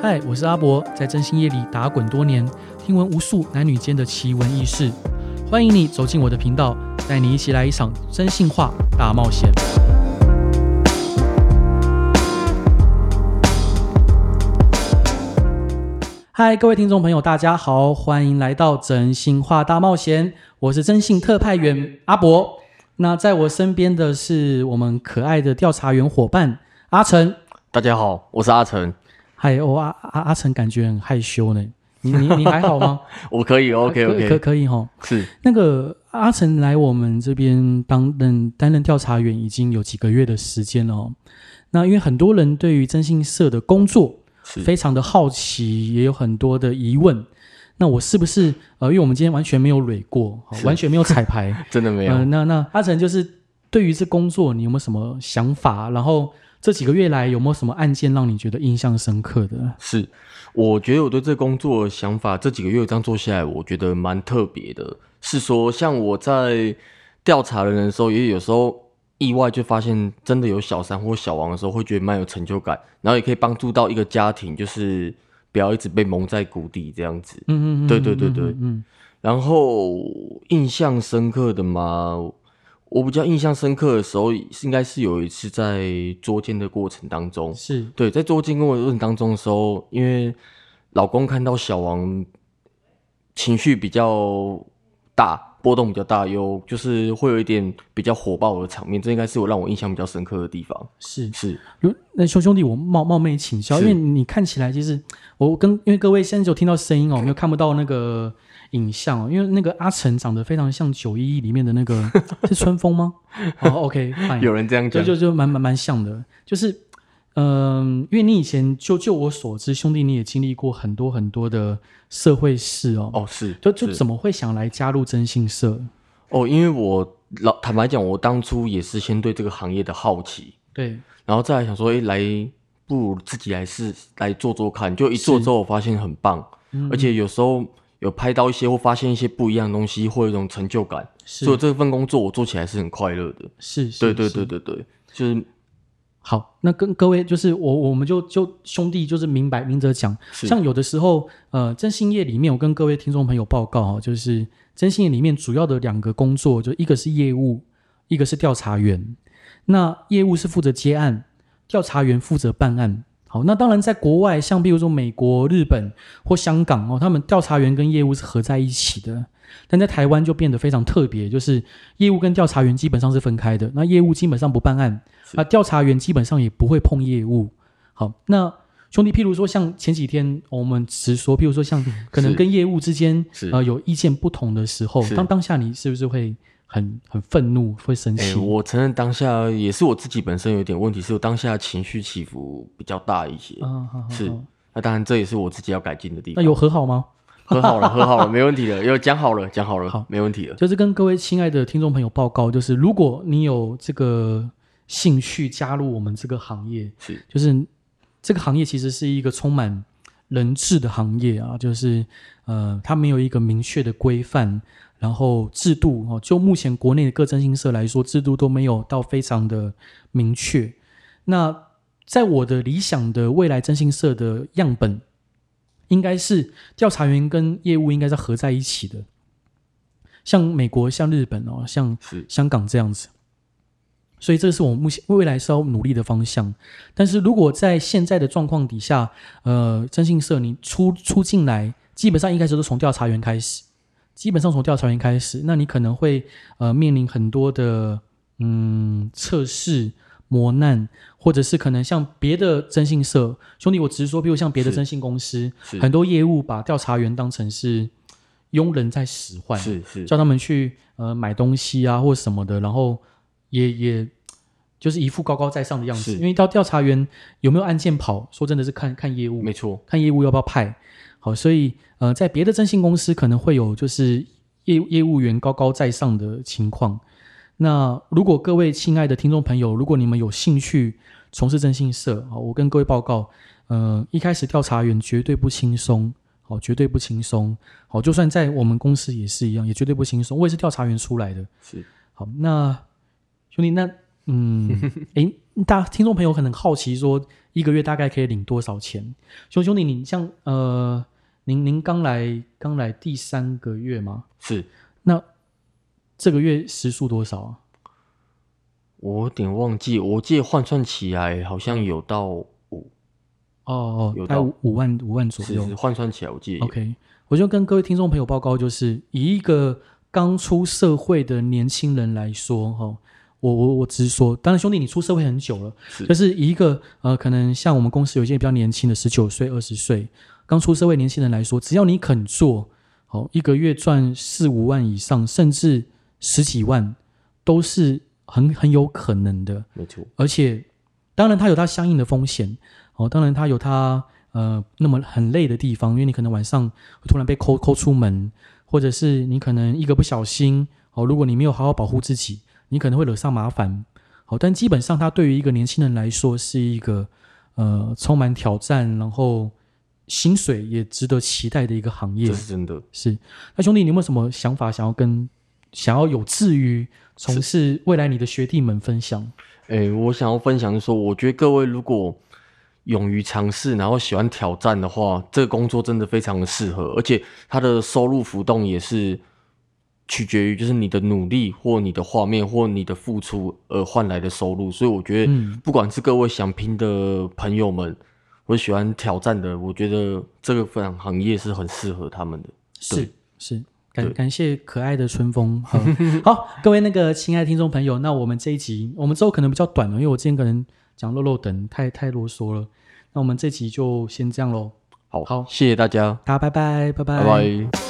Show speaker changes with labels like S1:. S1: 嗨，我是阿伯，在真心业里打滚多年，听闻无数男女间的奇闻异事。欢迎你走进我的频道，带你一起来一场真性化大冒险。嗨，各位听众朋友，大家好，欢迎来到真心话大冒险，我是真性特派员阿伯。那在我身边的是我们可爱的调查员伙伴阿成。
S2: 大家好，我是阿成，
S1: 嗨，我、哦阿阿阿成感觉很害羞呢。你你你还好 吗
S2: 我可以，OK
S1: 可啊可
S2: OK，
S1: 可以哈。
S2: 是
S1: 那个阿成来我们这边当任担任调查员已经有几个月的时间了哦。那因为很多人对于征信社的工作
S2: 是，
S1: 非常的好奇，也有很多的疑问。那我是不是呃，因为我们今天完全没有蕊过，哦
S2: 是，
S1: 完全没有彩排
S2: 真 的没有
S1: 呃，，那那阿成就是对于这工作你有没有什么想法？然后这几个月来有没有什么案件让你觉得印象深刻的？
S2: 是，我觉得我对这工作的想法，这几个月这样做下来，我觉得蛮特别的。是说，像我在调查人的时候，也有时候意外就发现真的有小三或小王的时候，会觉得蛮有成就感，然后也可以帮助到一个家庭，就是不要一直被蒙在鼓底这样子。
S1: 嗯嗯嗯，
S2: 对对对对
S1: 嗯嗯
S2: 然后印象深刻的嘛，我比较印象深刻的时候，应该是有一次在捉奸的过程当中
S1: 嗯，是
S2: 对，在捉奸过程当中的时候，因为老公看到小王情绪比较大，波动比较大，有就是会有一点比较火爆的场面，这应该是我让我印象比较深刻的地方。
S1: 是。
S2: 是
S1: 如那兄兄弟，我冒冒昧请教，
S2: 是
S1: 因为你看起来其实我跟因为各位现在只有听到声音哦，没有看不到那个影像哦，因为那个阿成长得非常像九一一里面的那个 是春风吗？哦，OK，fine
S2: 有人这样
S1: 就
S2: 讲，
S1: 就就蛮蛮蛮像的，就是嗯、因为你以前就就我所知，兄弟你也经历过很多很多的社会事哦，
S2: 哦，是，
S1: 就就是怎么会想来加入征信社？
S2: 哦，因为我老坦白讲，我当初也是先对这个行业的好奇，
S1: 对，
S2: 然后再来想说，哎、来，不如自己来试来做做看。就一做之后，我发现很棒，
S1: 嗯
S2: 而且有时候有拍到一些或发现一些不一样的东西，会有一种成就感。
S1: 是
S2: 所以这份工作我做起来是很快乐的。
S1: 是，是
S2: 对对
S1: 是
S2: 对对对，就是
S1: 好，那跟各位就是我，我们就就兄弟就是明白明着讲，
S2: 是
S1: 像有的时候，呃，征信业里面，我跟各位听众朋友报告哦，就是征信业里面主要的两个工作，就一个是业务，一个是调查员。那业务是负责接案，调查员负责办案。好，那当然在国外，像比如说美国、日本或香港哦，他们调查员跟业务是合在一起的。但在台湾就变得非常特别，就是业务跟调查员基本上是分开的。那业务基本上不办案，
S2: 是
S1: 那调查员基本上也不会碰业务。好，那兄弟，譬如说像前几天我们直说，譬如说 像可能跟业务之间
S2: 是
S1: 呃有意见不同的时候，
S2: 是
S1: 当当下你是不是会很很愤怒，会生
S2: 哎、
S1: 气？
S2: 我承认当下也是我自己本身有点问题，是我当下情绪起伏比较大一些。
S1: 啊，好好
S2: 是
S1: 好，
S2: 那当然这也是我自己要改进的地
S1: 那
S2: 方。
S1: 有和好吗？
S2: 和 好了，和好了，没问题了，有讲好了，讲好了，
S1: 好
S2: 没问题了。
S1: 就是跟各位亲爱的听众朋友报告，就是如果你有这个兴趣加入我们这个行业，
S2: 是
S1: 就是这个行业其实是一个充满人治的行业啊，就是呃，它没有一个明确的规范，然后制度哦，就目前国内的各征信社来说，制度都没有到非常的明确。那在我的理想的未来征信社的样本，应该是调查员跟业务应该是合在一起的，像美国、像日本哦，像
S2: 是
S1: 香港这样子。所以这是我目前未来是要努力的方向。但是如果在现在的状况底下，呃，征信社你出出进来，基本上一开始都从调查员开始，基本上从调查员开始，那你可能会呃面临很多的嗯测试。磨难，或者是可能像别的征信社兄弟，我只是说，比如像别的
S2: 是
S1: 征信公司，
S2: 是
S1: 很多业务把调查员当成是佣人在使唤，
S2: 是是
S1: 叫他们去呃买东西啊或什么的，然后也也就是一副高高在上的样子。
S2: 是
S1: 因为到调查员有没有案件跑，说真的是看看业务，
S2: 没错，
S1: 看业务要不要派。好，所以呃，在别的征信公司可能会有就是业业务员高高在上的情况。那如果各位亲爱的听众朋友，如果你们有兴趣从事征信社啊，好我跟各位报告，呃，一开始调查员绝对不轻松，好，绝对不轻松，好，就算在我们公司也是一样，也绝对不轻松。我也是调查员出来的，
S2: 是
S1: 好，那兄弟，那 嗯，诶，大家听众朋友可能好奇说，一个月大概可以领多少钱？熊兄弟，你像呃，您您刚来刚来第三个月吗？
S2: 是
S1: 这个月时数多少啊？
S2: 我有点忘记，我记得换算起来好像有到五，
S1: 哦哦，
S2: 有
S1: 大概
S2: 到
S1: 五五万五万左
S2: 是
S1: 右。
S2: 是换算起来我记得有
S1: OK，我就跟各位听众朋友报告，就是以一个刚出社会的年轻人来说，哈、我我我直说，当然兄弟，你出社会很久了，
S2: 是
S1: 就是以一个呃，可能像我们公司有一些比较年轻的，十九岁、二十岁刚出社会年轻人来说，只要你肯做，哦，一个月赚四五万以上，甚至十几万，都是很很有可能的。
S2: 没错，
S1: 而且当然它有它相应的风险哦，当然它有它呃那么很累的地方，因为你可能晚上会突然被抠抠出门，或者是你可能一个不小心哦，如果你没有好好保护自己，你可能会惹上麻烦。好、但基本上它对于一个年轻人来说是一个呃充满挑战，然后薪水也值得期待的一个行业
S2: 这。是真的。
S1: 是，那兄弟，你有没有什么想法想要跟想要有志于从事未来你的学弟们分享？
S2: 诶，我想要分享是说，我觉得各位如果勇于尝试，然后喜欢挑战的话，这个工作真的非常的适合，而且它的收入浮动也是取决于就是你的努力或你的画面或你的付出而换来的收入。所以我觉得
S1: 嗯，
S2: 不管是各位想拼的朋友们，或喜欢挑战的，我觉得这个非常行业是很适合他们的。
S1: 是
S2: 对
S1: 是，感
S2: 对
S1: 感谢可爱的春风。好好，各位那个亲爱的听众朋友，那我们这一集，我们之后可能比较短了，因为我之前可能讲漏漏等太太啰嗦了。那我们这集就先这样喽，
S2: 好，
S1: 好
S2: 谢谢大家，
S1: 大家拜拜，拜
S2: 拜拜